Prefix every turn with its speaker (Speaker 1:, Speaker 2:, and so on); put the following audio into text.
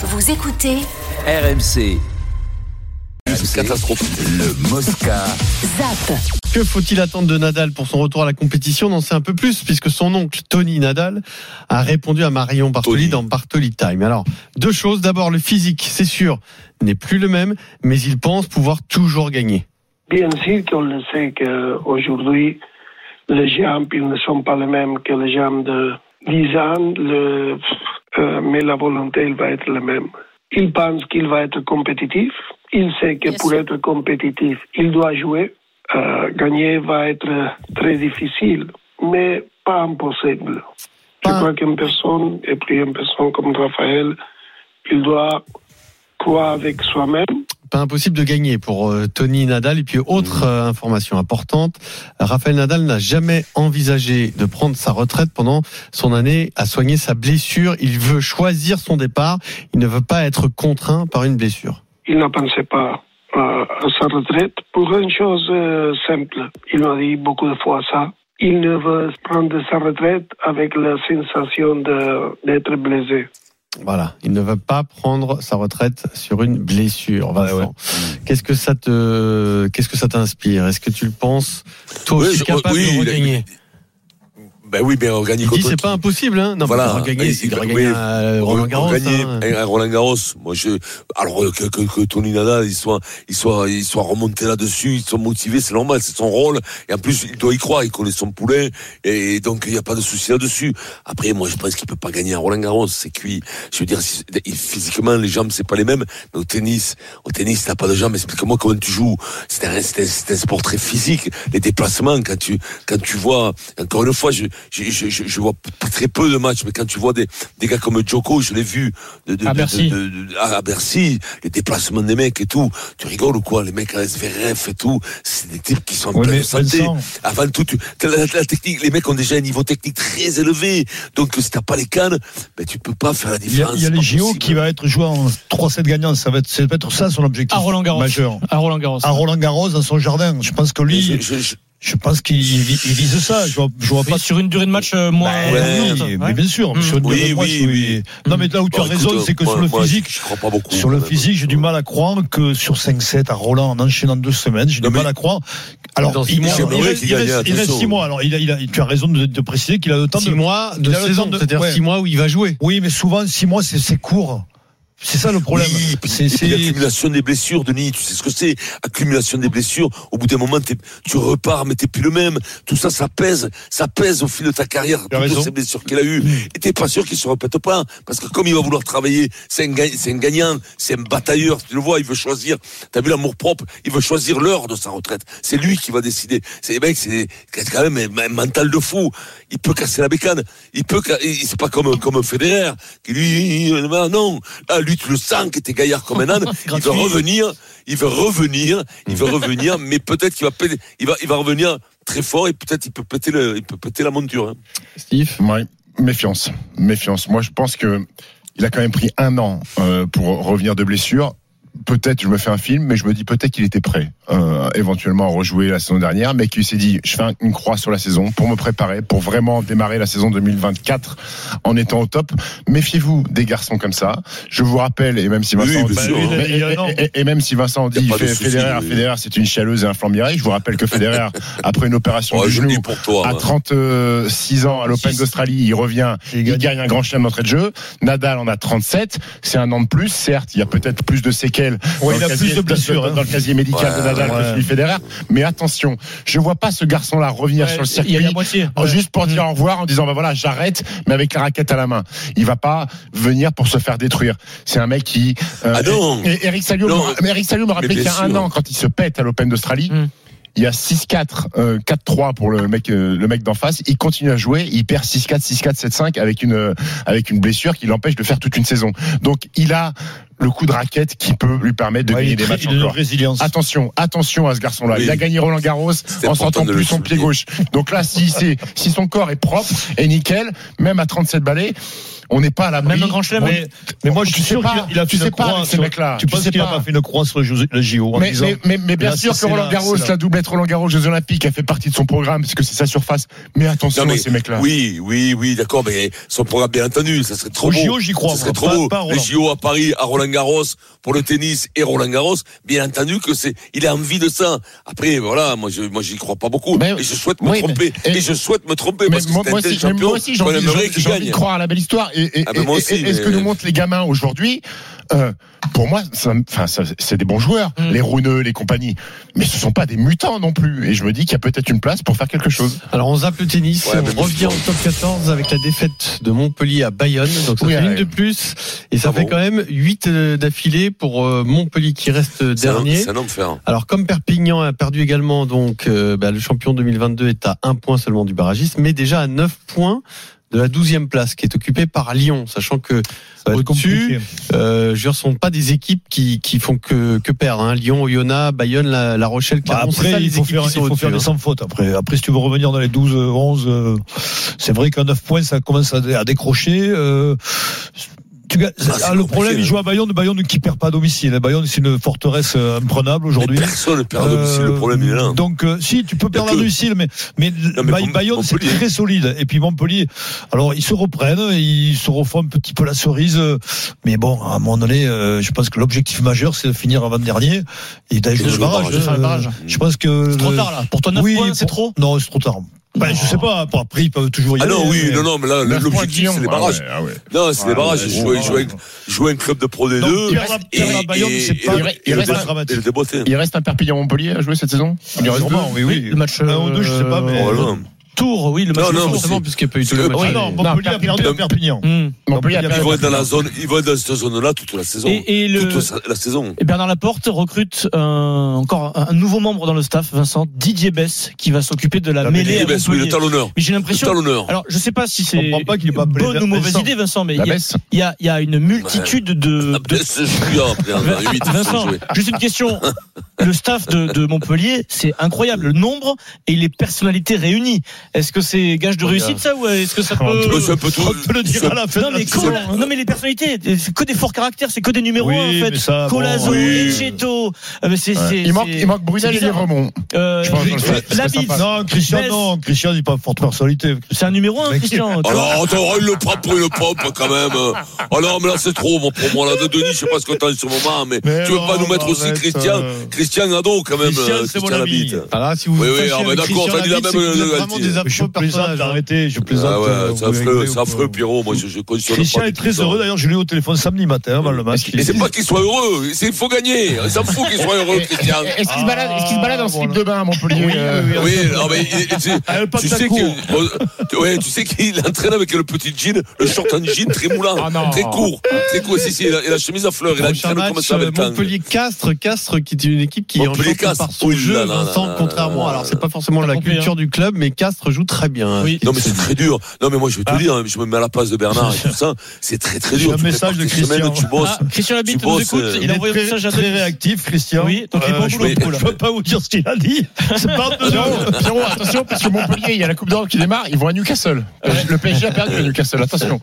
Speaker 1: Vous écoutez
Speaker 2: RMC,
Speaker 3: C'est catastrophe.
Speaker 2: le Mosca.
Speaker 1: ZAP.
Speaker 4: Que faut-il attendre de Nadal pour son retour à la compétition On en sait un peu plus puisque son oncle Tony Nadal a répondu à Marion Bartoli
Speaker 3: Tony.
Speaker 4: dans Bartoli Time. Alors, deux choses. D'abord, le physique, c'est sûr, n'est plus le même, mais il pense pouvoir toujours gagner.
Speaker 5: Bien sûr qu'on le sait qu'aujourd'hui, les jambes, ils ne sont pas les mêmes que les jambes de 10 ans, le- euh, mais la volonté, elle va être la même. Il pense qu'il va être compétitif. Il sait que pour être compétitif, il doit jouer. Euh, gagner va être très difficile, mais pas impossible. Je
Speaker 4: Pas-
Speaker 5: crois qu'une personne, et puis une personne comme Raphaël, il doit croire avec soi-même
Speaker 4: Pas impossible de gagner pour euh, Tony Nadal. Et puis, autre euh, information importante, Raphaël Nadal n'a jamais envisagé de prendre sa retraite pendant son année à soigner sa blessure. Il veut choisir son départ. Il ne veut pas être contraint par une blessure.
Speaker 5: il ne pensait pas euh, à sa retraite pour une chose euh, simple. Il m'a dit beaucoup de fois ça. Il ne veut prendre sa retraite avec la sensation de- d'être blessé.
Speaker 4: Voilà, il ne veut pas prendre sa retraite sur une blessure. Vincent,
Speaker 3: Ah Ouais, ouais.
Speaker 4: qu'est-ce que ça te, qu'est-ce que ça t'inspire Est-ce que tu le penses toi
Speaker 3: Ouais,
Speaker 4: aussi
Speaker 3: je-
Speaker 4: capable
Speaker 3: oui,
Speaker 4: de
Speaker 3: il a-
Speaker 4: regagner
Speaker 3: Ben oui, mais organique.
Speaker 4: Il dit c'est pas impossible, hein Non,
Speaker 3: Voilà.
Speaker 4: mais regagner,
Speaker 3: Et
Speaker 4: c'est de
Speaker 3: il-
Speaker 4: regagner
Speaker 3: oui,
Speaker 4: à Roland Garros. hein.
Speaker 3: eh, Roland Garros. Moi, je. Alors euh, que, que, que Tony Nadal, il soit, il soit, il soit remonté là-dessus, il soit motivé, c'est normal, c'est son rôle. Et en plus, il doit y croire, il connaît son poulet, et donc il n'y a pas de souci là-dessus. Après, moi, je pense qu'il peut pas gagner à Roland Garros, c'est cuit. Je veux dire, si- il- physiquement, les jambes, c'est pas les mêmes. Mais au tennis, au tennis, t'as pas de jambes. Explique-moi comment tu joues. C'est un, c'est un- c'est un sport très physique. Les déplacements, quand tu, quand tu vois, encore une fois, je, je, je, je- je vois p- très peu de matchs, mais quand tu vois des, des gars comme Djoko, je l'ai vu de, de,
Speaker 6: À
Speaker 3: de-
Speaker 6: Bercy.
Speaker 3: de- de- de- à Bercy, les déplacements des mecs et tout. Tu rigoles ou quoi Les mecs à SVRF et tout, c'est des types qui sont en
Speaker 6: Oui,
Speaker 3: pleine
Speaker 6: mais
Speaker 3: santé.
Speaker 6: Vincent,
Speaker 3: Avant tout, tu- t'as la, la technique, les mecs ont déjà un niveau technique très élevé. Donc, si t'as pas les cannes, ben, tu peux pas faire la
Speaker 6: il y a,
Speaker 3: différence.
Speaker 6: il y a
Speaker 3: Ah, c'est
Speaker 6: les
Speaker 3: pas
Speaker 6: JO
Speaker 3: possible.
Speaker 6: qui va être joué en 3-7 gagnants. Ça va être, ça va être ça son objectif
Speaker 7: À Roland Garros.
Speaker 6: majeur.
Speaker 7: À Roland Garros.
Speaker 6: À Roland Garros, dans son jardin. Je pense que lui,
Speaker 3: Je-
Speaker 6: je,
Speaker 3: je- je-
Speaker 6: pense qu'il vi- il vise ça. Je vois, je vois pas.
Speaker 7: Pas sur une durée de match euh, moins.
Speaker 6: Bah,
Speaker 3: ouais.
Speaker 7: courte,
Speaker 6: oui,
Speaker 7: ouais.
Speaker 6: mais bien sûr.
Speaker 7: Mm.
Speaker 6: sur une
Speaker 3: Oui,
Speaker 6: durée de
Speaker 3: oui,
Speaker 6: match,
Speaker 3: oui.
Speaker 6: Non, mais là où tu
Speaker 3: Bon,
Speaker 6: as
Speaker 3: Bah, écoute,
Speaker 6: raison, c'est que
Speaker 3: moi-
Speaker 6: sur le
Speaker 3: moi,
Speaker 6: physique,
Speaker 3: je, je crois pas beaucoup.
Speaker 6: Sur le
Speaker 3: quand même.
Speaker 6: physique, j'ai du mal à croire que sur 5-7 à Roland, en enchaînant deux semaines, j'ai du
Speaker 3: Non, mais-
Speaker 6: mal à croire. Alors,
Speaker 4: Dans six
Speaker 6: il,
Speaker 4: mois,
Speaker 6: reste-
Speaker 3: j'aimerais
Speaker 6: il reste-
Speaker 3: qu'il gagne,
Speaker 6: il reste- il reste
Speaker 3: attention.
Speaker 6: six mois. Alors, il a- il a- tu as raison de, de préciser qu'il a le temps
Speaker 4: Six
Speaker 6: de.
Speaker 4: mois de
Speaker 6: il a le
Speaker 4: saison,
Speaker 6: temps de-
Speaker 4: c'est-à-dire
Speaker 6: ouais.
Speaker 4: six mois où il va jouer.
Speaker 6: Oui, mais souvent, six mois, c'est c'est court. C'est ça le problème.
Speaker 3: Oui, et puis-
Speaker 6: C'est-
Speaker 3: et puis
Speaker 6: c'est-
Speaker 3: l'accumulation des blessures, Denis, tu sais ce que c'est Accumulation des blessures, au bout d'un moment, t'es- tu repars, mais t'es plus le même. Tout ça, ça pèse, ça pèse au fil de ta carrière,
Speaker 6: as
Speaker 3: toutes
Speaker 6: raison.
Speaker 3: ces blessures qu'il a eues. Et t'es pas sûr qu'il se répète pas, parce que comme il va vouloir travailler, c'est un, ga- c'est un gagnant, c'est un batailleur, tu le vois, il veut choisir, t'as vu l'amour propre, il veut choisir l'heure de sa retraite. C'est lui qui va décider. C'est les mecs, c'est c'est quand même un un mental de fou. Il peut casser la bécane, il peut, ca- il- c'est pas comme, comme Federer, qui lui, non, ah, lui, tu le sens que t'es gaillard comme un âne, il veut revenir, il veut revenir, il veut revenir, mais peut-être qu'il va péter- il va, il va revenir très fort et peut-être il peut péter le, il peut péter la monture, hein.
Speaker 4: Steve,
Speaker 8: Ouais, méfiance, méfiance. Moi, je pense que il a quand même pris un an euh, pour revenir de blessure. Peut-être, je me fais un film, mais je me dis peut-être qu'il était prêt, euh, éventuellement à rejouer la saison dernière, mais qu'il s'est dit, je fais un- une croix sur la saison pour me préparer, pour vraiment démarrer la saison 2024 en étant au top. Méfiez-vous des garçons comme ça. Je vous rappelle, et même si
Speaker 3: Oui,
Speaker 8: Vincent
Speaker 3: bien
Speaker 8: dit-
Speaker 3: sûr.
Speaker 8: mais-
Speaker 6: Il y a un an.
Speaker 8: et, et- et même si Vincent
Speaker 3: Y
Speaker 8: dit,
Speaker 3: a
Speaker 8: il
Speaker 3: pas de
Speaker 8: fait
Speaker 3: souci,
Speaker 8: Federer,
Speaker 3: oui.
Speaker 8: Federer, c'est une chialeuse et un flambiré. Je vous rappelle que Federer, après une opération
Speaker 3: Oh,
Speaker 8: du
Speaker 3: je
Speaker 8: genou,
Speaker 3: le dis pour toi.
Speaker 8: à
Speaker 3: hein.
Speaker 8: 36 ans à l'Open d'Australie, il revient, il gagne, un grand chelem d'entrée de jeu. Nadal en a 37, c'est un an de plus, certes, il y a peut-être plus de séquelles
Speaker 6: Ouais, il
Speaker 8: dans le
Speaker 6: a
Speaker 8: casier-
Speaker 6: plus de blessures,
Speaker 8: dans,
Speaker 6: hein.
Speaker 8: dans le casier médical
Speaker 3: Ouais,
Speaker 8: de Nadal
Speaker 6: ouais.
Speaker 8: que celui de Federer, mais attention, je vois pas ce garçon-là revenir sur le
Speaker 7: Il y a
Speaker 8: circuit
Speaker 7: la moitié.
Speaker 8: en-
Speaker 7: Ouais.
Speaker 8: Oh, juste pour
Speaker 6: Mm.
Speaker 8: dire au revoir en disant bah voilà j'arrête mais avec la raquette à la main il va pas venir pour se faire détruire c'est un mec qui euh,
Speaker 3: Ah non.
Speaker 8: et- et Eric Salio
Speaker 3: Non.
Speaker 8: me- mais Eric Salio me rappelait
Speaker 3: bien
Speaker 8: qu'il y a un
Speaker 3: sûr.
Speaker 8: an quand il se pète à l'Open d'Australie
Speaker 7: Mm.
Speaker 8: il y a 6-4, euh, 4-3 pour le mec, euh, le mec d'en face. Il continue à jouer. Il perd 6-4, 6-4, 7-5 avec une, euh, avec une blessure qui l'empêche de faire toute une saison. Donc, il a le coup de raquette qui peut lui permettre de
Speaker 6: Ouais, il
Speaker 8: gagner
Speaker 6: est
Speaker 8: des
Speaker 6: très-
Speaker 8: matchs
Speaker 6: il est de
Speaker 8: encore.
Speaker 6: résilience.
Speaker 8: Attention, attention à ce garçon-là.
Speaker 3: Oui.
Speaker 8: Il a gagné Roland Garros en
Speaker 3: important
Speaker 8: sentant
Speaker 3: de le
Speaker 8: plus son pied
Speaker 3: souligner.
Speaker 8: gauche. Donc là, si, c'est- si son corps est propre et nickel, même à 37 balais, On n'est pas à l'abri.
Speaker 6: Même un grand chelem,
Speaker 8: On-
Speaker 6: mais, mais moi je
Speaker 8: tu
Speaker 6: suis
Speaker 8: sais
Speaker 6: sûr
Speaker 8: pas,
Speaker 6: qu'il a fait
Speaker 8: tu sais
Speaker 6: une
Speaker 8: pas
Speaker 6: croix.
Speaker 8: avec ces
Speaker 6: sur-
Speaker 8: mecs-là.
Speaker 6: Tu
Speaker 8: Tu
Speaker 6: penses
Speaker 8: sais
Speaker 6: qu'il n'a
Speaker 8: pas.
Speaker 6: pas fait une croix sur le Jeux- le JO en
Speaker 8: Mais,
Speaker 6: disant.
Speaker 8: mais- mais- mais bien
Speaker 6: Là,
Speaker 8: sûr
Speaker 6: c'est
Speaker 8: que Roland
Speaker 6: là,
Speaker 8: Garros,
Speaker 6: c'est là.
Speaker 8: la doublette Roland Garros Jeux Olympiques, a fait partie de son programme parce que c'est sa surface. Mais attention
Speaker 3: Non, mais
Speaker 8: à ces mecs-là.
Speaker 3: Oui, oui, oui, d'accord, mais son programme, bien entendu, ça serait trop
Speaker 6: Au
Speaker 3: beau.
Speaker 6: JO, j'y crois,
Speaker 3: Ça serait
Speaker 6: moi,
Speaker 3: trop
Speaker 6: pas-
Speaker 3: beau.
Speaker 6: pas à Roland.
Speaker 3: Les JO à Paris, à Roland Garros, pour le tennis et Roland Garros, bien entendu que c'est, il a envie de ça. Après, voilà, moi, je, moi, j'y crois pas beaucoup.
Speaker 8: Mais-
Speaker 3: et je souhaite me
Speaker 8: oui,
Speaker 3: tromper.
Speaker 8: mais-
Speaker 3: et, je souhaite me tromper
Speaker 8: Mais
Speaker 3: parce que
Speaker 8: moi,
Speaker 3: c'est
Speaker 8: moi
Speaker 3: un tel
Speaker 8: aussi, j'ai-
Speaker 3: champion.
Speaker 8: moi aussi, j'ai
Speaker 3: qu'on
Speaker 8: envie,
Speaker 3: aimerait qu'il
Speaker 8: j'ai envie
Speaker 3: gagne.
Speaker 8: de croire à la belle histoire. Et, et-
Speaker 3: Ah, mais moi
Speaker 8: et-
Speaker 3: aussi,
Speaker 8: et- et ce que
Speaker 3: mais-
Speaker 8: nous montrent les gamins aujourd'hui, euh, pour moi, ça me- enfin, ça- c'est des bons joueurs,
Speaker 6: Mm.
Speaker 8: les Rouneux, les compagnies. Mais ce sont pas des mutants non plus. Et je me dis qu'il y a peut-être une place pour faire quelque chose.
Speaker 4: Alors on zappe le tennis,
Speaker 3: Ouais, mais
Speaker 4: on revient
Speaker 3: bon.
Speaker 4: au top 14 avec la défaite de Montpellier à Bayonne, donc ça
Speaker 8: Oui,
Speaker 4: fait
Speaker 8: ouais.
Speaker 4: une de plus et ça
Speaker 3: Ah
Speaker 4: fait
Speaker 3: bon
Speaker 4: quand même 8 d'affilée pour euh, Montpellier qui reste
Speaker 3: C'est un-
Speaker 4: dernier.
Speaker 3: C'est un hein. enfer.
Speaker 4: Alors comme Perpignan a perdu également, donc euh, bah, le champion 2022 est à un point seulement du barragiste, mais déjà à 9 points de la 12e place qui est occupée par Lyon, sachant que
Speaker 6: Ça va être
Speaker 4: au-dessus,
Speaker 6: compliqué.
Speaker 4: euh, je veux dire, ce sont pas des équipes qui, qui font que, que perdre. Hein. Lyon, Oyonnax, Bayonne, La, La Rochelle,
Speaker 6: Bah,
Speaker 4: Clermont, c'est
Speaker 6: après,
Speaker 4: ça
Speaker 6: il
Speaker 4: les
Speaker 6: faut
Speaker 4: équipes
Speaker 6: faire,
Speaker 4: qui
Speaker 6: il
Speaker 4: sont
Speaker 6: faut
Speaker 4: au-dessus.
Speaker 6: faire des
Speaker 4: hein.
Speaker 6: sans faute après. Après, si tu veux revenir dans les 12, euh, 11, euh, c'est vrai qu'à 9 points, ça commence à, dé- à décrocher. euh, tu gagnes-
Speaker 3: Ah, c'est
Speaker 6: ah, le
Speaker 3: compliqué,
Speaker 6: problème,
Speaker 3: là.
Speaker 6: il joue à Bayonne, Bayonne qui perd pas à domicile. Bayonne, c'est une forteresse euh, imprenable aujourd'hui.
Speaker 3: Mais Personne ne perd à domicile,
Speaker 6: Euh,
Speaker 3: le problème, il est là.
Speaker 6: Donc, euh, si, tu peux perdre à
Speaker 3: que-
Speaker 6: domicile, mais, mais,
Speaker 3: mais
Speaker 6: Bay-
Speaker 3: Mont-
Speaker 6: Bayonne, c'est
Speaker 3: Montpellier.
Speaker 6: très solide. Et puis Montpellier, alors, ils se reprennent, et ils se refont un petit peu la cerise. euh, Mais bon, à un moment donné, euh, je pense que l'objectif majeur, c'est de finir avant-dernier et d'aller jouer le barrage.
Speaker 3: de faire
Speaker 1: le
Speaker 6: euh,
Speaker 1: barrage.
Speaker 6: Je pense que.
Speaker 1: C'est trop tard, là. Pour toi, neuf
Speaker 6: Oui,
Speaker 1: points, c'est
Speaker 6: pour-
Speaker 1: trop
Speaker 6: Non, c'est trop tard. Ben, je sais pas. Bon, Après, ils peuvent toujours y
Speaker 3: Ah
Speaker 6: aller.
Speaker 3: non, oui,
Speaker 6: mais-
Speaker 3: non, non, mais là,
Speaker 8: Neuf points de
Speaker 3: l'objectif,
Speaker 8: Lyon.
Speaker 3: c'est les
Speaker 8: Ah
Speaker 3: barrages.
Speaker 8: ouais, ah ouais.
Speaker 3: Non, c'est les
Speaker 8: Ouais,
Speaker 3: barrages.
Speaker 8: ouais,
Speaker 3: Jouer,
Speaker 8: ouais.
Speaker 3: jouer, jouer un club de Pro D2.
Speaker 6: Donc,
Speaker 3: et-
Speaker 6: perdre à- perdre à Bayonne,
Speaker 3: et-
Speaker 6: c'est
Speaker 3: et-
Speaker 6: pas
Speaker 3: et-
Speaker 8: il
Speaker 3: et
Speaker 8: reste
Speaker 3: le-
Speaker 8: un-
Speaker 6: dramatique.
Speaker 3: et le déboîter.
Speaker 8: Il reste un Perpignan-Montpellier à jouer cette saison Il en reste
Speaker 6: sûrement, oui,
Speaker 8: deux.
Speaker 6: oui.
Speaker 1: Le match
Speaker 6: Un ou deux, je sais pas,
Speaker 8: euh,
Speaker 6: mais.
Speaker 3: Probablement.
Speaker 6: Tour, oui, le match.
Speaker 3: Non, non,
Speaker 6: retour.
Speaker 3: mais
Speaker 4: Forcément, puisqu'il n'y a pas eu tous
Speaker 3: c'est
Speaker 4: les
Speaker 3: le-
Speaker 4: matchs.
Speaker 6: euh, Ah
Speaker 3: oui,
Speaker 6: non, Montpellier a perdu à Perpignan.
Speaker 1: Hum.
Speaker 8: Montpellier a
Speaker 6: Ils
Speaker 3: Ils
Speaker 8: perdu.
Speaker 3: vont être dans la zone, ils vont être dans cette zone-là toute la saison.
Speaker 1: Et, et le,
Speaker 3: Toute sa- la saison.
Speaker 1: et Bernard Laporte recrute un- encore un nouveau membre dans le staff, Vincent, Didier Bess, qui va s'occuper de la,
Speaker 6: La mêlée,
Speaker 1: mêlée.
Speaker 3: Eh
Speaker 1: à
Speaker 3: ben, oui, le
Speaker 1: Montpellier.
Speaker 3: talonneur.
Speaker 1: Mais j'ai
Speaker 3: Le
Speaker 1: l'impression.
Speaker 3: talonneur.
Speaker 1: Alors, je sais pas si
Speaker 6: Je
Speaker 1: c'est
Speaker 6: comprends pas qu'il ait pas appelé
Speaker 1: bonne ou mauvaise
Speaker 6: Vincent.
Speaker 1: idée, Vincent, mais
Speaker 8: La
Speaker 1: il y a-
Speaker 8: baisse
Speaker 1: il y, a- il y a une multitude
Speaker 6: Euh,
Speaker 1: de, de-
Speaker 3: Après, Ah, ben, c'est celui-là, après, on a huit, il faut
Speaker 1: Vincent,
Speaker 3: jouer.
Speaker 1: juste une question. Le staff de, de Montpellier, c'est incroyable. Le nombre et les personnalités réunies. Est-ce que c'est gage de
Speaker 6: Oh,
Speaker 1: réussite, ça, ou est-ce que ça peut.
Speaker 3: Mais c'est un peu tout.
Speaker 6: On peut le dire à la fin.
Speaker 1: Non, mais,
Speaker 6: quand
Speaker 1: Cola- hein. non, mais les personnalités, c'est que des forts caractères, c'est que des numéros,
Speaker 6: Oui,
Speaker 1: en
Speaker 6: mais
Speaker 1: fait.
Speaker 6: ça, bon,
Speaker 1: Colazo,
Speaker 3: oui.
Speaker 1: Echeto. Euh, mais c'est- c'est-
Speaker 8: Il manque,
Speaker 1: c'est-
Speaker 8: il manque Brunel
Speaker 1: c'est
Speaker 8: et les
Speaker 1: bizarre.
Speaker 8: remont.
Speaker 1: Euh,
Speaker 8: Je pense que
Speaker 1: la-
Speaker 8: c'est-
Speaker 1: la
Speaker 8: c'est
Speaker 1: bif.
Speaker 8: sympa.
Speaker 6: Non, Christian,
Speaker 1: Bess.
Speaker 6: non. Christian, il n'a pas forte personnalité.
Speaker 1: C'est un numéro un,
Speaker 6: Mec.
Speaker 1: Christian. tu vois.
Speaker 3: Alors, attends, oh, il le prend pour le propre quand même. Alors, mais là, c'est trop, moi, pour moi. Là, de Denis, je sais pas ce que t'as en ce moment, mais,
Speaker 6: Mais
Speaker 3: tu veux
Speaker 6: non,
Speaker 3: pas nous mettre aussi
Speaker 6: arrête,
Speaker 3: Christian,
Speaker 6: euh.
Speaker 3: Christian Hadot, quand même,
Speaker 6: Christian,
Speaker 3: euh,
Speaker 6: c'est mon
Speaker 3: Christian
Speaker 6: ami.
Speaker 3: Labitte.
Speaker 4: Alors là, si vous
Speaker 3: Oui,
Speaker 4: vous
Speaker 3: oui,
Speaker 4: fâchez
Speaker 3: ah, mais
Speaker 4: avec
Speaker 3: d'accord,
Speaker 4: Christian
Speaker 3: t'as dit la
Speaker 4: Labitte,
Speaker 3: même,
Speaker 4: c'est que vous êtes
Speaker 3: euh,
Speaker 4: vraiment
Speaker 3: Galtier.
Speaker 4: des
Speaker 6: Je
Speaker 4: affreux
Speaker 6: plaisante,
Speaker 4: personnages. hein.
Speaker 6: arrêtez. Je plaisante.
Speaker 3: Ah
Speaker 6: euh,
Speaker 3: ouais, c'est
Speaker 6: vous rigolez
Speaker 3: affreux,
Speaker 6: ou
Speaker 3: c'est
Speaker 6: quoi
Speaker 3: affreux, Pierrot. Moi, je, je cautionne
Speaker 6: Christian
Speaker 3: pas
Speaker 6: est
Speaker 3: du
Speaker 6: très
Speaker 3: tout ça.
Speaker 6: heureux. D'ailleurs, je l'ai eu au téléphone samedi matin avant le match.
Speaker 3: Et c'est pas qu'il soit heureux, c'est faut gagner. On s'en fout qu'il soit heureux, Christian.
Speaker 8: Est-ce qu'il se balade, est-ce qu'il se balade en slip de bain à Montpellier euh,
Speaker 3: Oui, non, mais il- il- tu,
Speaker 6: Ah, le pape
Speaker 3: tu sais
Speaker 6: Jaco.
Speaker 3: que, bon, tu- ouais, tu sais qu'il entraîne avec le petit jean, le short en jean très moulant,
Speaker 8: Ah, non.
Speaker 3: très court, très court. Si, si, et la, et la chemise à fleurs, il
Speaker 4: Prochain
Speaker 3: entraîne comme
Speaker 4: match,
Speaker 3: ça
Speaker 6: euh,
Speaker 3: avec le temps.
Speaker 4: Montpellier-Castres, Castres qui est une équipe qui est
Speaker 3: Montpellier,
Speaker 4: enchantée par
Speaker 3: Castres.
Speaker 4: son
Speaker 3: Oh là
Speaker 4: jeu,
Speaker 3: là là
Speaker 4: Vincent,
Speaker 3: là
Speaker 4: contrairement.
Speaker 3: là
Speaker 4: alors,
Speaker 3: là
Speaker 4: c'est pas forcément la
Speaker 1: compris, hein.
Speaker 4: culture du club, mais Castres joue très bien.
Speaker 1: Oui.
Speaker 3: Non mais c'est très dur. Non mais moi je vais te dire, hein, je me mets à la place de Bernard et tout ça. C'est très très dur.
Speaker 6: Ah. J'ai un
Speaker 3: Tu fais
Speaker 6: message de
Speaker 3: partie
Speaker 6: Christian.
Speaker 3: semaine, tu bosses.
Speaker 1: Ah, Christian Labitte
Speaker 3: hein. Tu
Speaker 1: nous
Speaker 3: bosses,
Speaker 1: écoute.
Speaker 3: euh,
Speaker 1: Il a envoyé un
Speaker 6: très,
Speaker 1: message à
Speaker 6: très
Speaker 1: Denis.
Speaker 6: réactif, Christian.
Speaker 1: Oui, donc il est bon
Speaker 6: je
Speaker 1: boulot
Speaker 6: peux-
Speaker 3: pour
Speaker 6: je peux pas vous dire ce qu'il a dit. C'est pas de nous.
Speaker 8: Pierrot, Pierrot, attention, parce que Montpellier, il y a la Coupe d'Europe qui démarre, ils vont à Newcastle. Le PSG a perdu à Newcastle, attention.